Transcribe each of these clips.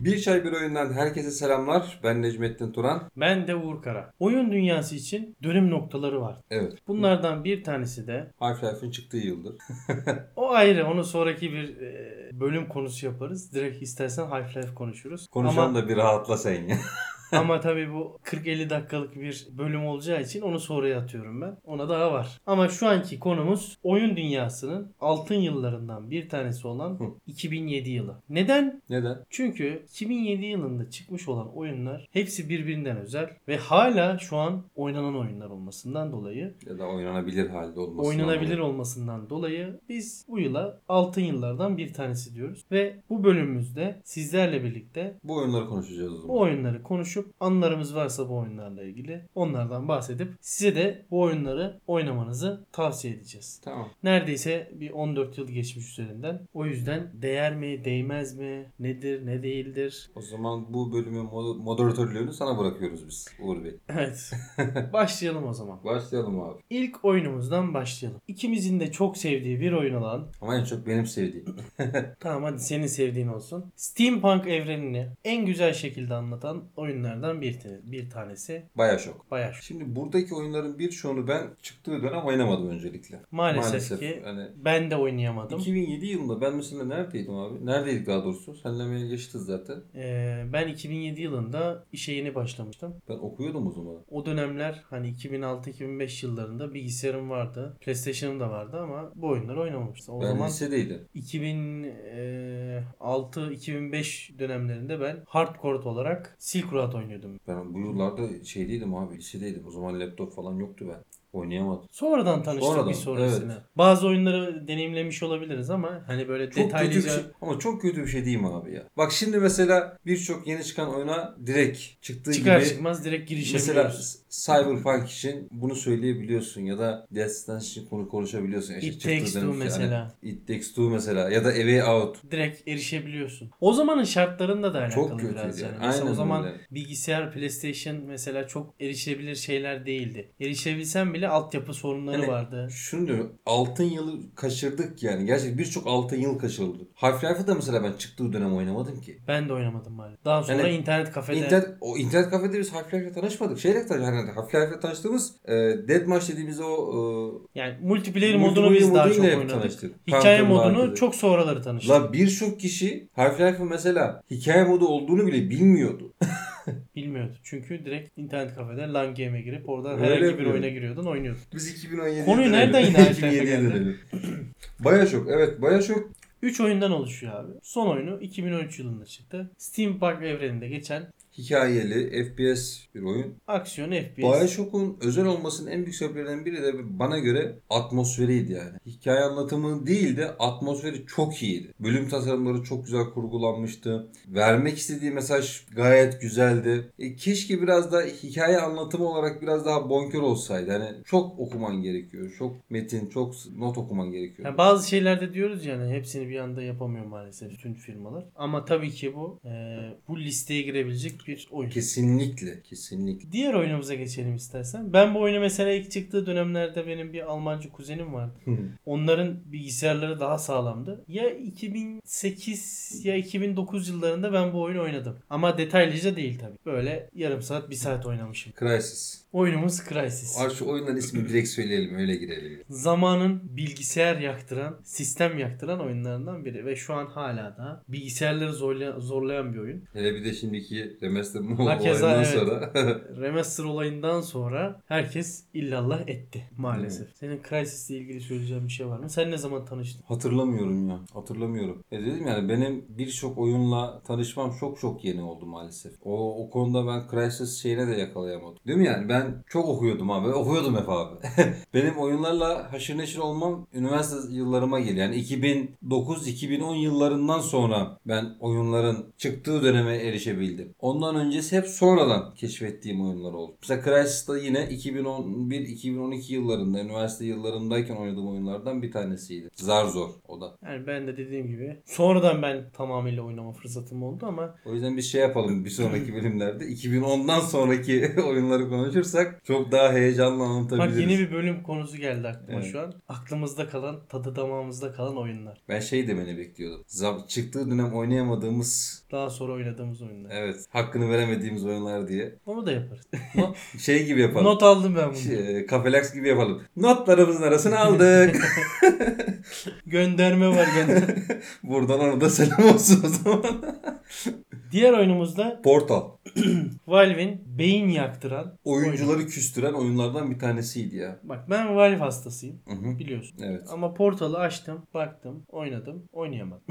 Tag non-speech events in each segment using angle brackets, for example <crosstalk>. Bir Çay Bir Oyundan herkese selamlar. Ben Necmettin Turan. Ben de Uğur Kara. Oyun dünyası için dönüm noktaları var. Evet. Bunlardan bir tanesi de Harf harfin çıktığı yıldır. o ayrı onu sonraki bir e, bölüm konusu yaparız. Direkt istersen Half-Life konuşuruz. Konuşalım ama, da bir rahatla sen ya. ama tabii bu 40-50 dakikalık bir bölüm olacağı için onu sonraya atıyorum ben. Ona daha var. Ama şu anki konumuz oyun dünyasının altın yıllarından bir tanesi olan Hı. 2007 yılı. Neden <laughs> Neden? Çünkü 2007 yılında çıkmış olan oyunlar hepsi birbirinden özel ve hala şu an oynanan oyunlar olmasından dolayı, Ya da oynanabilir halde olması. oynanabilir olmasından dolayı biz bu yıla altın yıllardan bir tanesi diyoruz ve bu bölümümüzde sizlerle birlikte Bu oyunları konuşacağız o zaman. bu oyunları konuşup anlarımız varsa bu oyunlarla ilgili onlardan bahsedip size de bu oyunları oynamanızı tavsiye edeceğiz. Tamam. Neredeyse bir 14 yıl geçmiş üzerinden. O yüzden değer mi, değmez mi, nedir, ne değildir <laughs> O zaman bu bölümün mod- moderatörlüğünü sana bırakıyoruz biz Uğur Bey. Evet. başlayalım o zaman. Başlayalım abi. İlk oyunumuzdan başlayalım. İkimizin de çok sevdiği bir oyun olan, Ama en çok benim sevdiğim. tamam hadi senin sevdiğin olsun. Steampunk evrenini en güzel şekilde anlatan oyunlardan bir, tane- bir tanesi. Baya şok. Bayağı <laughs> şu- Şimdi buradaki oyunların birçoğunu ben çıktığı dönem oynamadım öncelikle. Maalesef, ki Hani ben de oynayamadım. 2007 yılında ben mesela neredeydim abi? Neredeydik daha doğrusu? Senle beni geçtiz zaten. Ee, ben 2007 yılında işe yeni başlamıştım. Ben okuyordum o zaman. O dönemler hani 2006-2005 yıllarında bilgisayarım vardı. PlayStation'ım da vardı ama bu oyunları oynamamıştım. O ben zaman e, lisedeydim. 2006-2005 dönemlerinde ben hardcore olarak Silk Road oynuyordum. Ben bu yıllarda şeydeydim abi lisedeydim. O zaman laptop falan yoktu ben. Oynayamadım. Sonradan tanıştık Sonradan, bir sonrasında. evet. Bazı oyunları deneyimlemiş olabiliriz ama hani böyle Çok kötü bir detaylıca şey. Ama çok kötü bir şey değil mi abi ya? Bak şimdi mesela birçok yeni çıkan oyuna direkt çıktığı çıkar gibi çıkmaz direkt Mesela girişebiliyoruz. s- Cyberpunk için bunu söyleyebiliyorsun ya da Death Stranding için bunu konuşabiliyorsun. İşte It çıktığı Takes Two dönem işte hani mesela. It Takes Two mesela ya da A Way Out. direkt erişebiliyorsun. O zamanın şartlarında da alakalı Çok kötü biraz yani. yani. Mesela Aynen o zaman öyle. bilgisayar, PlayStation mesela çok erişebilir şeyler değildi. Erişebilsen bile altyapı sorunları Hani vardı. Şunu diyorum. Altın yılı kaçırdık yani. Gerçekten birçok altın yıl kaçırıldı. Half-Life'ı da mesela ben çıktığı dönem oynamadım ki. Ben de oynamadım maalesef. Daha sonra Yani internet kafede İnternet, o internet kafede biz Half-Life'le tanışmadık. Şeyle tanıştık. Yani Half-Life'le tanıştığımız e, Deathmatch dediğimiz o Yani e, multiplayer modunu biz daha çok moduyla hep oynadık. tanıştık. Hikaye Counter modunu Market'ı. çok sonraları tanıştık. La birçok kişi Half-Life'ın mesela hikaye modu olduğunu bile bilmiyordu. Bilmiyordu. Çünkü direkt internet kafede LAN game'e girip oradan Öyle herhangi bir yapıyorum. oyuna giriyordun oynuyordun. Biz 2017 Konuyu nereden yine Half-Life'e geldi? <clears throat> Baya şok. Evet baya şok. 3 oyundan oluşuyor abi. Son oyunu 2013 yılında çıktı. Steampunk evreninde geçen Hikayeli, FPS bir oyun. aksiyon FPS. Bioshock'un özel olmasının en büyük sebeplerinden biri de bana göre atmosferiydi yani. Hikaye anlatımı değil de atmosferi çok iyiydi. Bölüm tasarımları çok güzel kurgulanmıştı. Vermek istediği mesaj gayet güzeldi. E, keşke biraz da hikaye anlatımı olarak biraz daha bonkör olsaydı. Hani çok okuman gerekiyor. Çok metin, çok not okuman gerekiyor. Yani bazı şeylerde diyoruz yani hepsini bir anda yapamıyor maalesef bütün firmalar. Ama tabii ki bu e, bu listeye girebilecek bir oyun. Kesinlikle, kesinlikle. Diğer oyunumuza geçelim istersen. Ben bu oyunu mesela ilk çıktığı dönemlerde benim bir Almancı kuzenim vardı. Onların bilgisayarları daha sağlamdı. Ya 2008 ya 2009 yıllarında ben bu oyunu oynadım. Ama detaylıca değil tabii. Böyle yarım saat bir saat oynamışım. Crisis. Oyunumuz Crysis. Abi şu oyundan ismi direkt söyleyelim öyle girelim. Zamanın bilgisayar yaktıran, sistem yaktıran oyunlarından biri. Ve şu an hala da bilgisayarları zorla- zorlayan bir oyun. Hele bir de şimdiki remaster Hakeza, olayından evet. sonra. <laughs> Remaster olayından sonra herkes illallah etti maalesef. Senin Crysis'le ilgili söyleyeceğin bir şey var mı? Sen ne zaman tanıştın? Hatırlamıyorum ya. Hatırlamıyorum. E dedim yani benim birçok oyunla tanışmam çok çok yeni oldu maalesef. O, o konuda ben Crysis şeyine de yakalayamadım. Değil mi yani? Ben çok okuyordum abi. Okuyordum hep abi. benim oyunlarla haşır neşir olmam üniversite yıllarıma geliyor. Yani 2009-2010 yıllarından sonra ben oyunların çıktığı döneme erişebildim. Ondan Bundan öncesi hep sonradan keşfettiğim oyunlar oldu. Mesela Crysis'ta yine 2011-2012 yıllarında, üniversite yıllarındayken oynadığım oyunlardan bir tanesiydi. Zar zor o da. Yani ben de dediğim gibi sonradan ben tamamıyla oynama fırsatım oldu ama O yüzden bir şey yapalım bir <laughs> sonraki bölümlerde. 2010'dan sonraki <laughs> oyunları konuşursak çok daha heyecanla anlatabiliriz. bak yeni bir bölüm konusu geldi aklıma Evet. şu an. Aklımızda kalan, tadı damağımızda kalan oyunlar. Ben şey demeni bekliyordum. Zam- çıktığı dönem oynayamadığımız, Daha sonra oynadığımız oyunlar. evet, hakkını veremediğimiz oyunlar diye. Onu da yaparız. Şey gibi yapalım. <laughs> Not aldım ben bunu. Şey, Kafelaks gibi yapalım. Notlarımızın arasını <laughs> aldık. Gönderme var <laughs> gene. Buradan ona da selam olsun o zaman. Diğer oyunumuzda Portal. Valve'in beyin yaktıran Oyuncuları oyunu. küstüren oyunlardan bir tanesiydi ya. Bak ben Valve hastasıyım Hı hı. biliyorsun. Evet. Ama portalı açtım, baktım, oynadım, oynayamadım.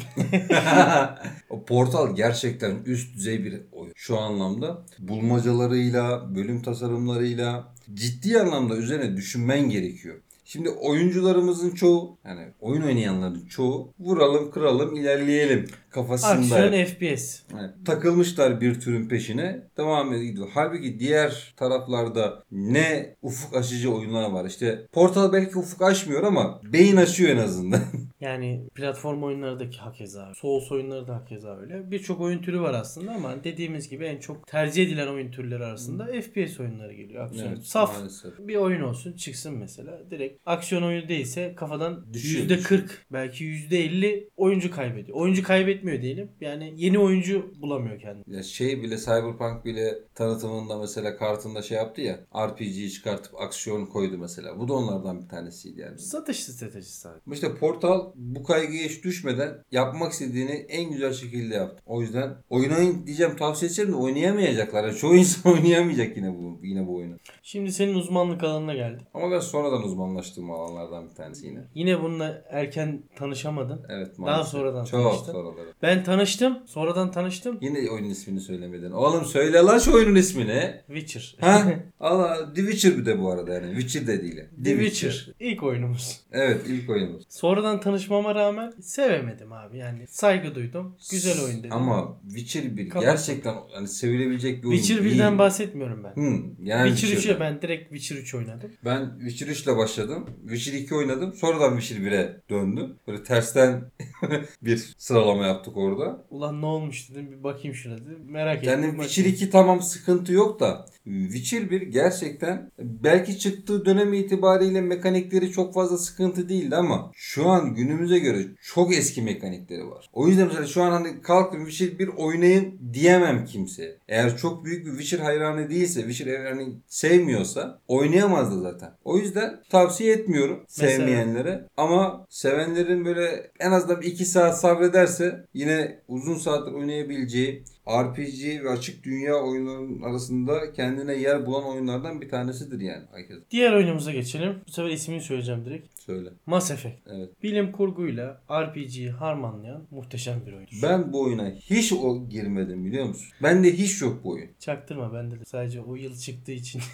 <laughs> o portal gerçekten üst düzey bir oyun. Şu anlamda bulmacalarıyla, bölüm tasarımlarıyla ciddi anlamda üzerine düşünmen gerekiyor. Şimdi oyuncularımızın çoğu yani oyun oynayanların çoğu vuralım kıralım ilerleyelim kafasında. Aksiyon FPS. Yani takılmışlar bir türün peşine devam ediyor. Halbuki diğer taraflarda ne ufuk açıcı oyunlar var. İşte Portal belki ufuk açmıyor ama beyin açıyor en azından. <laughs> Yani platform oyunlarındaki hakeza, Souls oyunları da hakeza öyle. Birçok oyun türü var aslında ama dediğimiz gibi en çok tercih edilen oyun türleri arasında Hmm. FPS oyunları geliyor. Aksiyon. Saf maalesef. bir oyun olsun çıksın mesela. Direkt aksiyon oyunu değilse kafadan Düşüyor, yüzde düşüyor. %40 belki %50 oyuncu kaybediyor. Oyuncu kaybetmiyor diyelim. Yani yeni oyuncu bulamıyor kendini. Ya şey bile Cyberpunk bile tanıtımında mesela kartında şey yaptı ya RPG'yi çıkartıp aksiyon koydu mesela. Bu da onlardan bir tanesiydi yani. Satış stratejisi sadece. Ama İşte Portal bu kaygıya hiç düşmeden yapmak istediğini en güzel şekilde yaptı. O yüzden oynayın diyeceğim tavsiye ederim de oynayamayacaklar. Yani çoğu insan <laughs> oynayamayacak yine bu yine bu oyunu. Şimdi senin uzmanlık alanına geldik. Ama ben sonradan uzmanlaştığım alanlardan bir tanesi yine. Yine bununla erken tanışamadın. Evet Daha maalesef. sonradan Çok tanıştın. sonraları. Ben tanıştım. Sonradan tanıştım. Yine oyunun ismini söylemedin. Oğlum söyle lan şu oyunun ismini. <laughs> Witcher. <laughs> Ha? Allah The Witcher bir de bu arada yani. Witcher de değil. The, The Witcher. İlk oyunumuz. Evet ilk oyunumuz. Sonradan tanışmama rağmen sevemedim abi. Yani saygı duydum. Güzel oyun dedim. Ama Witcher 1 Kapat. gerçekten hani sevilebilecek bir oyun Witcher değil. 1'den bahsetmiyorum ben. Hı, yani Witcher Witcher'dan. 3'e ben direkt Witcher 3 oynadım. Ben Witcher 3 ile başladım. Witcher 2 oynadım. Sonradan Witcher 1'e döndüm. Böyle tersten <laughs> bir sıralama yaptık orada. Ulan ne olmuş dedim bir bakayım şuna dedim. Merak Yani ettim. Witcher 2 tamam sıkıntı yok da Witcher 1 gerçekten belki çıktığı dönem itibariyle mekanikleri çok fazla sıkıntı değildi ama şu an günümüze göre çok eski mekanikleri var. O yüzden mesela şu an hani kalkın Witcher 1 oynayın diyemem kimseye. Eğer çok büyük bir Witcher hayranı değilse, Witcher evreni sevmiyorsa oynayamaz da zaten. O yüzden tavsiye etmiyorum Mesela- sevmeyenlere ama sevenlerin böyle en azından 2 saat sabrederse yine uzun saatler oynayabileceği RPG ve açık dünya oyunlarının arasında kendine yer bulan oyunlardan bir tanesidir yani. Herkes Diğer oyunumuza geçelim. Bu sefer ismini söyleyeceğim direkt. söyle. Mass Effect. Evet. Bilim kurguyla RPG'yi harmanlayan muhteşem bir oyun. Ben bu oyuna hiç o girmedim biliyor musun? Bende hiç yok bu oyun. Çaktırma bende de. Sadece o yıl çıktığı için. <laughs>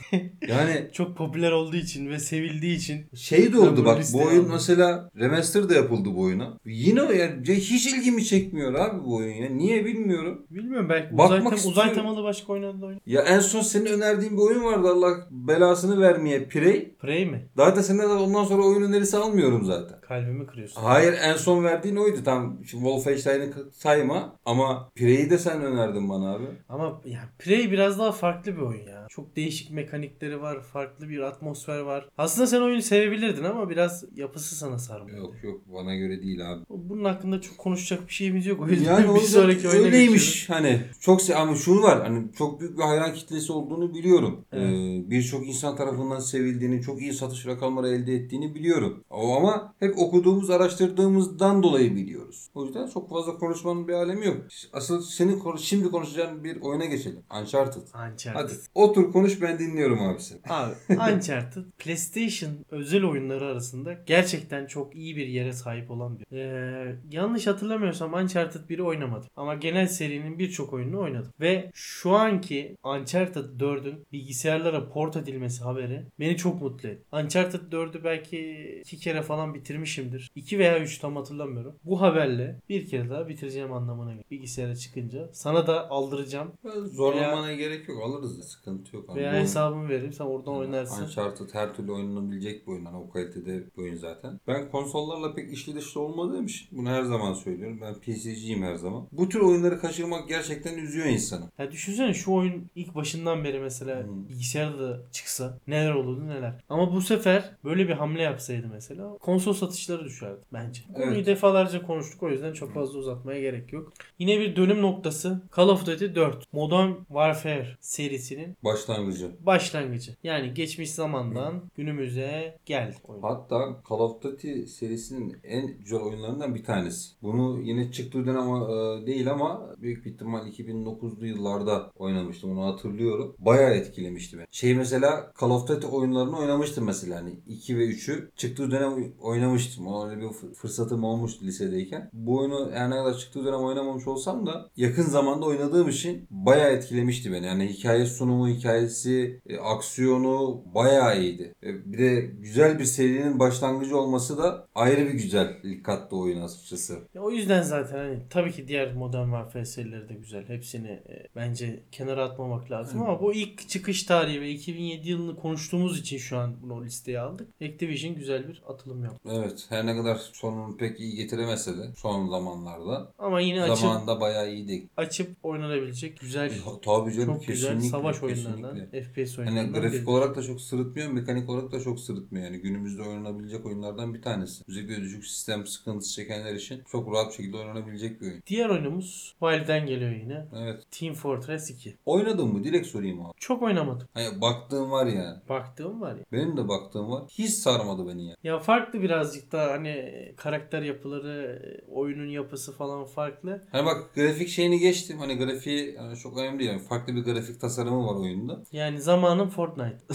Yani çok popüler olduğu için ve sevildiği için. şey de Ben oldu bunu bak bu listeye oyun aldım. mesela remaster de yapıldı bu oyuna. Yine o yani hiç ilgimi çekmiyor abi bu oyun ya. Niye bilmiyorum. Bilmiyorum belki Bakmak uzay, tem- istiyorum. uzay temalı başka oynadığı oyun. Ya en son senin önerdiğin bir oyun vardı Allah belasını vermeye Prey. Prey mi? Daha da senden ondan sonra oyun önerisi almıyorum zaten. Kalbimi kırıyorsun. Hayır en son verdiğin oydu. Tam şimdi Wolfenstein'i sayma ama Prey'i de sen önerdin bana abi. Ama yani Prey biraz daha farklı bir oyun ya. Çok değişik mekanikleri var. Farklı bir atmosfer var. Aslında sen oyunu sevebilirdin ama biraz yapısı sana sarmıyor. Yok yok bana göre değil abi. Bunun hakkında çok konuşacak bir şeyimiz yok. O yüzden Yani <laughs> bir o sonraki sonraki oyuna öyleymiş geçiyoruz. hani çok se- ama şu var hani çok büyük bir hayran kitlesi olduğunu biliyorum. Evet. Ee, Birçok insan tarafından sevildiğini, çok iyi satış rakamları elde ettiğini biliyorum. O ama hep okuduğumuz, araştırdığımızdan dolayı biliyoruz. O yüzden çok fazla konuşmanın bir alemi yok. Asıl senin konuş- şimdi konuşacağın bir oyuna geçelim. Uncharted. Uncharted. Hadi otur konuş ben dinliyorum abi seni. Abi Uncharted PlayStation özel oyunları arasında gerçekten çok iyi bir yere sahip olan bir. Ee, yanlış hatırlamıyorsam Uncharted 1'i oynamadım. Ama genel serinin birçok birçok oyununu oynadım. Ve şu anki Uncharted 4'ün bilgisayarlara port edilmesi haberi beni çok mutlu etti. Uncharted 4'ü belki iki kere falan bitirmişimdir. 2 veya 3 tam hatırlamıyorum. Bu haberle bir kere daha bitireceğim anlamına geliyor. Bilgisayara çıkınca. Sana da aldıracağım Zorlamana gerek yok. Alırız da sıkıntı yok. veya Ama- hesabımı veririm. Sen oradan oynarsın. Uncharted her türlü oynanabilecek bir oyun. Hani o kalitede bir oyun zaten. Ben konsollarla pek işli dışlı olmadığım için bunu her zaman söylüyorum. Ben PC'ciyim her zaman. Bu tür oyunları kaçırmak gerçekten üzüyor insanı. <laughs> Ya düşünsene şu oyun ilk başından beri mesela Hmm. bilgisayarda da çıksa neler olurdu neler. Ama bu sefer böyle bir hamle yapsaydı mesela konsol satışları düşerdi bence. Konuyu Evet. Hmm. defalarca konuştuk o yüzden çok fazla uzatmaya gerek yok. Yine bir dönüm noktası Call of Duty 4 Modern Warfare serisinin <laughs> Başlangıcı. başlangıcı. Yani geçmiş zamandan günümüze geldi oyun. Hatta Call of Duty serisinin en güzel oyunlarından bir tanesi. Bunu yine çıktığı dönem e, değil ama büyük bir ihtimal 2009'lu yıllarda oynamıştım. Onu hatırlıyorum. Bayağı etkilemişti beni. Şey mesela Call of Duty oyunlarını oynamıştım mesela. Hani 2 ve 3'ü çıktığı dönem oynamıştım. Ona Öyle bir fı- fırsatım olmuştu lisedeyken. Bu oyunu her ne kadar çıktığı dönem oynamamış olsam da yakın zamanda oynadığım için bayağı etkilemişti beni. Yani hikaye sunumu, hikayesi, e, aksiyonu bayağı iyiydi. E, bir de güzel bir serinin başlangıcı olması da ayrı bir güzellik kattı oyuna açıkçası. Ya O yüzden zaten hani tabii ki diğer Modern Warfare serileri de güzel. Hepsini e, bence kenara atmamak lazım Hı. ama bu ilk çıkış tarihi ve 2007 yılını konuştuğumuz için şu an bunu o listeye aldık. Activision güzel bir atılım yaptı. Evet her ne kadar sonunu pek iyi getiremese de son zamanlarda Ama yine açıp zamanında bayağı iyiydi. açıp oynanabilecek güzel Ya, Tabii canım çok güzel E, kesinlikle, savaş kesinlikle. oyunlarından, FPS Hani oyunlarından. grafik biri. olarak da çok sırıtmıyor, mekanik olarak da çok sırıtmıyor. Yani günümüzde oynanabilecek oyunlardan bir tanesi. Özellikle düşük sistem sıkıntısı çekenler için çok rahat bir şekilde oynanabilecek bir oyun. Diğer oyunumuz Valve'den geliyor yine. Evet. Team Fortress 2. Oynadın mı? Direkt sorayım abi. Çok oynamadım. Hani baktığım var yani. Baktığım var ya. Benim de baktığım var. Hiç sarmadı beni yani. Ya farklı birazcık daha hani karakter yapıları, e, oyunun yapısı falan farklı. Hani bak grafik şeyini geçtim. Hani grafiği yani çok önemli değil. Yani farklı bir grafik tasarımı var oyunda. Yani zamanın Fortnite. <laughs>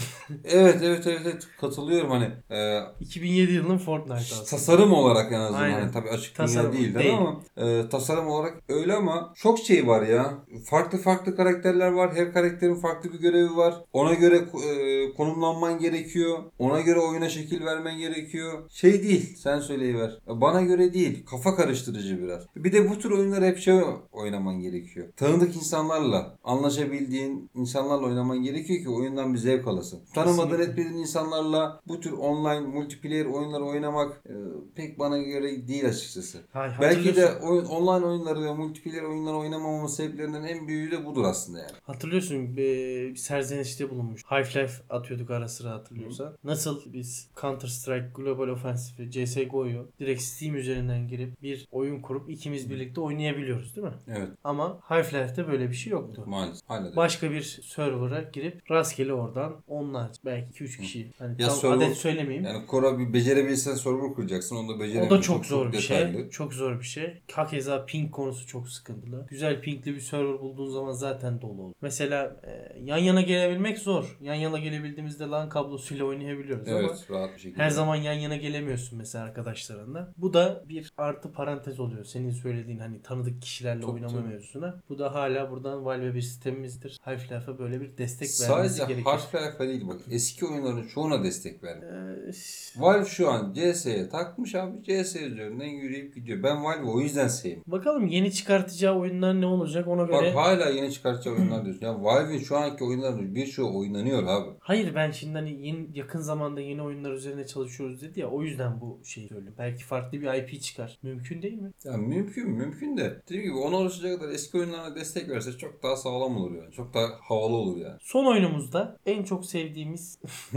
Evet evet evet, evet. katılıyorum hani. e, 2007 yılının Fortnite aslında. tasarım olarak en azından. Aynen. Hani tabii açık Tasarım dünya değil, değil. ama e, tasarım olarak öyle ama çok şey var ya. Farklı farklı karakterler var. Her karakterin farklı bir görevi var. Ona göre e, konumlanman gerekiyor. Ona göre oyuna şekil vermen gerekiyor. Şey değil. Sen söyleyiver. Bana göre değil. Kafa karıştırıcı biraz. Bir de bu tür oyunlar hep şey oynaman gerekiyor. Tanıdık insanlarla, anlaşabildiğin insanlarla oynaman gerekiyor ki oyundan bir zevk alasın. Tanımadığın Kesinlikle. etmediğin insanlarla bu tür online multiplayer oyunları oynamak e, pek bana göre değil açıkçası. Hay, Belki de hatırlıyorsun- oyun, online oyunları ve multiplayer oyunları oynamamamın sebeplerinden en büyüğü de budur aslında yani. Hatırlıyorsun bir, bir serzenişte bulunmuş. Half-Life atıyorduk ara sıra hatırlıyorsan. Nasıl biz Counter-Strike Global Offensive'i CSGO'yu direkt Steam üzerinden girip bir oyun kurup ikimiz birlikte oynayabiliyoruz değil mi? Evet Ama Half-Life'de böyle bir şey yoktu. maalesef. Hala da. Başka bir server'a girip rastgele oradan onlarca belki 2-3 kişi. Hani Ya tam server- adet söylemeyeyim. Yani Kora bir becerebilsen server kuracaksın onu da O beceremiyorsun. da çok zor bir detaylı. şey. Çok zor bir şey. Hakeza ping konusu çok sıkıntılı. Güzel pingli bir server bulduğun zaman zaten dolu olur. Mesela e, yan yana gelebilmek zor. Yan yana gelebildiğimizde LAN kablosuyla oynayabiliyoruz ama Evet rahat bir şekilde. her zaman yan yana gelemiyorsun mesela arkadaşlarınla. Bu da bir artı parantez oluyor. Senin söylediğin hani tanıdık kişilerle Çok oynama tabii. mevzusuna. Bu da hala buradan Valve bir sistemimizdir. Half-Life'a böyle bir destek vermesi Sadece gerekir. Half-Life değil bak eski oyunların çoğuna destek vermiyor. Ee, Valve şu an CS'ye takmış abi CS üzerinden yürüyüp gidiyor. Ben Valve'ı o yüzden sevmiyorum. Bakalım yeni çıkartacağı oyunlar ne olacak ona göre. Bak hala yeni çıkartacağı oyunlar diyorsun. Ya Valve'in şu anki oyunlarının birçoğu oynanıyor abi. Hayır ben şimdi hani yeni, yakın zamanda yeni oyunlar üzerine çalışıyoruz dedi ya o yüzden bu şeyi söylüyorum. Belki farklı bir IP çıkar. Mümkün değil mi? Ya mümkün mümkün de. Dediğim gibi ona ulaşacak kadar eski oyunlarına destek verse çok daha sağlam olur yani. Çok daha havalı olur yani. <laughs> Son oyunumuzda en çok sevdiğimiz <laughs>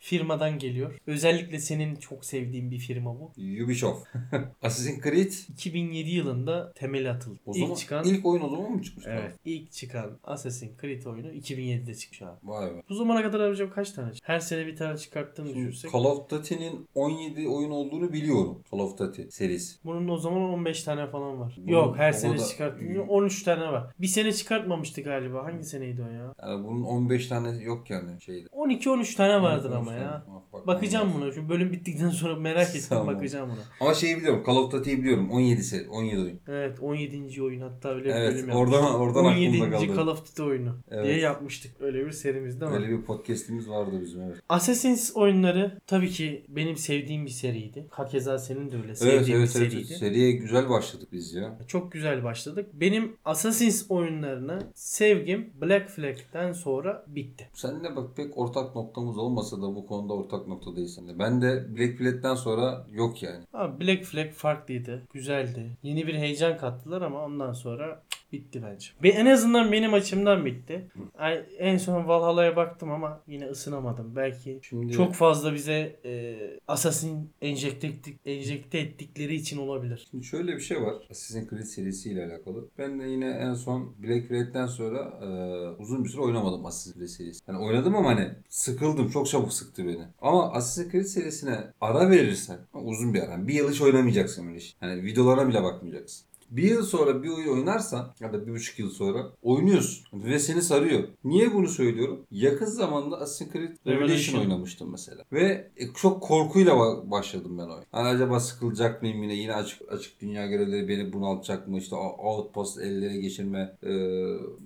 firmadan geliyor. Özellikle senin çok sevdiğin bir firma bu. Ubisoft. <laughs> Assassin's Creed. 2007 yılında temeli atıldı. O ilk zaman, çıkan ilk oyun o zaman mı çıkmış? Evet, ilk çıkan Assassin's Creed oyunu 2007'de çıkmış abi. Vay be. Bu zamana kadar abicim kaç tane? çıktı? Her sene bir tane çıkarttığını düşünürsek. Call of Duty'nin 17 oyun olduğunu biliyorum. Call of Duty serisi. Bunun o zaman 15 tane falan var. Bunun Yok her ona sene da- çıkarttığında 13 tane var. Bir sene çıkartmamıştı galiba. Hangi seneydi o ya? Yani bunun 15 tane yok yani şeyde. 12-13 tane vardır ama ya. Bak- bak- Bakacağım buna. Şu bölüm bittikten sonra merak ettim. Tamam. Bakacağım buna. Ama şeyi biliyorum. Call of Duty'yi biliyorum. 17 seri, 17 oyun. Evet 17. oyun hatta öyle bir Evet bölüm oradan oradan aklımda 17. kaldı. Call of Duty oyunu Evet. diye yapmıştık. Öyle bir serimizde var. Öyle bir podcast'imiz vardı bizim evet. Assassin's oyunları tabii ki benim sevdiğim bir seriydi. Hakeza senin de öyle sevdiğin Evet bir evet, evet seriydi. seriye güzel başladık biz ya. Çok güzel başladık. Benim Assassin's oyunlarına sevgim Black Flag'den sonra bitti. Seninle bak pek ortak noktamız olmasa da bu konuda ortak noktadayız seninle. Ben de Black Blade'den sonra yok yani. Abi Black Flag farklıydı. Güzeldi. Yeni bir heyecan kattılar ama ondan sonra bitti bence. Ve en azından benim açımdan bitti. Yani en son Valhalla'ya baktım ama yine ısınamadım. Belki Şimdi çok fazla bize e, Assassin enjekte, ettik- enjekte ettikleri için olabilir. Şimdi şöyle bir şey var. Assassin's Creed serisiyle alakalı. Ben de yine en son Black Flagg'den sonra e, uzun bir süre oynamadım Assassin's Creed serisi. Yani oynadım ama hani sıkıldım. Çok çabuk sıktı beni. Ama Assassin's Creed serisine ara verirsen uzun bir ara. Bir yıl hiç oynamayacaksın böyle iş. Yani videolara bile bakmayacaksın. Bir yıl sonra bir oyun oynarsan ya da bir buçuk yıl sonra oynuyorsun ve seni sarıyor. Niye bunu söylüyorum? Yakın zamanda Assassin's Creed Revelation Revelation. oynamıştım mesela. Ve e, çok korkuyla ba- başladım ben oyuna. Hani acaba sıkılacak mıyım yine? Yine açık açık dünya görevleri beni bunaltacak mı? İşte o- Outpost ellere geçirme e,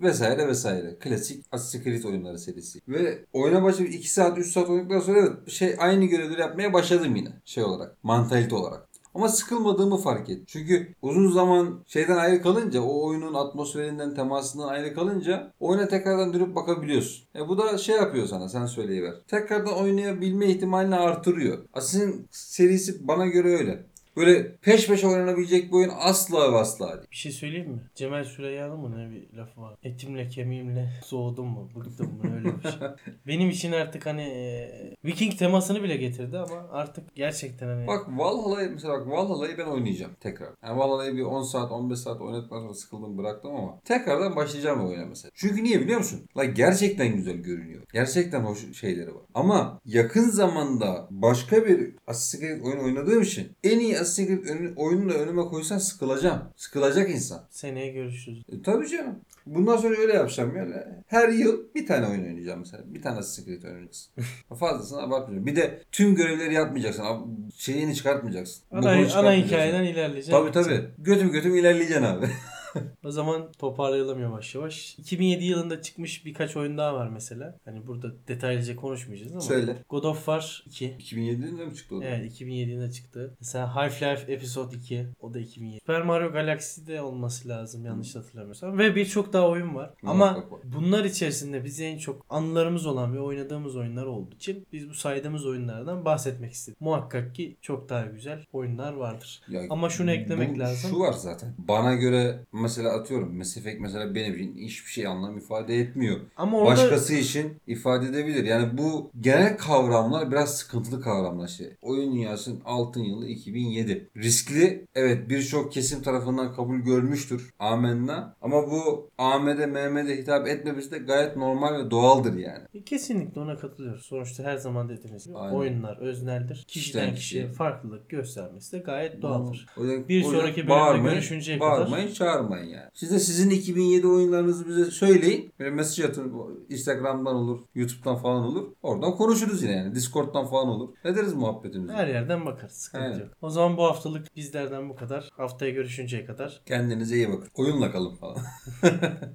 vesaire vesaire. Klasik Assassin's Creed oyunları serisi. Ve oyuna başlayıp 2 saat 3 saat oynadıktan sonra evet şey aynı görevleri yapmaya başladım yine. Şey olarak. Mantalite olarak. Ama sıkılmadığımı fark ettim. Çünkü uzun zaman şeyden ayrı kalınca, o oyunun atmosferinden, temasından ayrı kalınca oyuna tekrardan dönüp bakabiliyorsun. E bu da şey yapıyor sana, sen söyleyiver. Tekrardan oynayabilme ihtimalini artırıyor. Assassin serisi bana göre öyle. Böyle peş peşe oynanabilecek bir oyun asla ve asla değil. Bir şey söyleyeyim mi? Cemal Süreyya'nın mı ne bir lafı var? Etimle kemiğimle soğudum mu? Bıktım mı? Öyle bir şey. Benim için artık hani e, Viking temasını bile getirdi ama artık gerçekten hani Bak Valhalla'yı mesela bak Valhalla'yı ben oynayacağım tekrar. Yani Valhalla'yı bir 10 saat 15 saat oynadıktan sonra sıkıldım bıraktım ama tekrardan başlayacağım o oyuna mesela. Çünkü niye biliyor musun? La gerçekten güzel görünüyor. Gerçekten hoş şeyleri var. Ama yakın zamanda başka bir Assassin's Creed oyun oynadığım için en iyi Assassin's Creed önü- oyununu da önüme koysan sıkılacağım. Sıkılacak insan. seneye görüşürüz. E, tabii canım. Bundan sonra öyle yapacağım yani. Her yıl bir tane oyun oynayacağım mesela. Bir tane Assassin's Creed <laughs> oynayacaksın. Fazlasını abartmayacağım. Bir de tüm görevleri yapmayacaksın. Ab- Şeyini çıkartmayacaksın. Ana, Bokunu ana çıkartmayacaksın. hikayeden ilerleyeceğiz. <laughs> Tabii tabii. Götüm götüm ilerleyeceksin abi. O zaman toparlayalım yavaş yavaş. 2007 yılında çıkmış birkaç oyun daha var mesela. Hani burada detaylıca konuşmayacağız <laughs> ama. Söyle. God of War <laughs> 2. 2007'de mi çıktı o? da? Evet 2007'de çıktı. Mesela Half-Life Episode 2 o da 2007. Super Mario Galaxy'de olması lazım yanlış hatırlamıyorsam. Ve birçok daha oyun var. Ama Muhakkak var. bunlar içerisinde bize en çok anılarımız olan ve oynadığımız oyunlar olduğu için biz bu saydığımız oyunlardan bahsetmek istedik. Muhakkak ki çok daha güzel <laughs> oyunlar vardır. Ya Ama şunu eklemek bu- lazım. Şu var zaten. Bana göre mesela atıyorum Mass Effect mesela benim için hiçbir şey anlam ifade etmiyor. Ama orada Başkası için ifade edebilir. Yani bu genel kavramlar biraz sıkıntılı kavramlar şey. Oyun dünyasının altın yılı 2007. Riskli evet birçok kesim tarafından kabul görmüştür. Amenna. Ama bu Ahmet'e Mehmet'e hitap etmemesi de gayet normal ve doğaldır yani. E, Kesinlikle ona katılıyorum. Sonuçta her zaman dediğimiz gibi Aynen. oyunlar özneldir. Kişiden Kişiden kişiye kişiye. farklılık göstermesi de gayet doğaldır. O yüzden- Bir o yüzden sonraki bölümde görüşünceye kadar- Bağırmayın çağırmayın yani. Siz de sizin 2007 oyunlarınızı bize söyleyin. Böyle mesaj atın. Instagram'dan olur. Youtube'dan falan olur. Oradan konuşuruz yine yani. Discord'dan falan olur. Ne deriz muhabbetimizi? Her yerden bakarız. Sıkıntı Aynen. yok. O zaman bu haftalık bizlerden bu kadar. Haftaya görüşünceye kadar Kendinize iyi bakın. Oyunla kalın falan.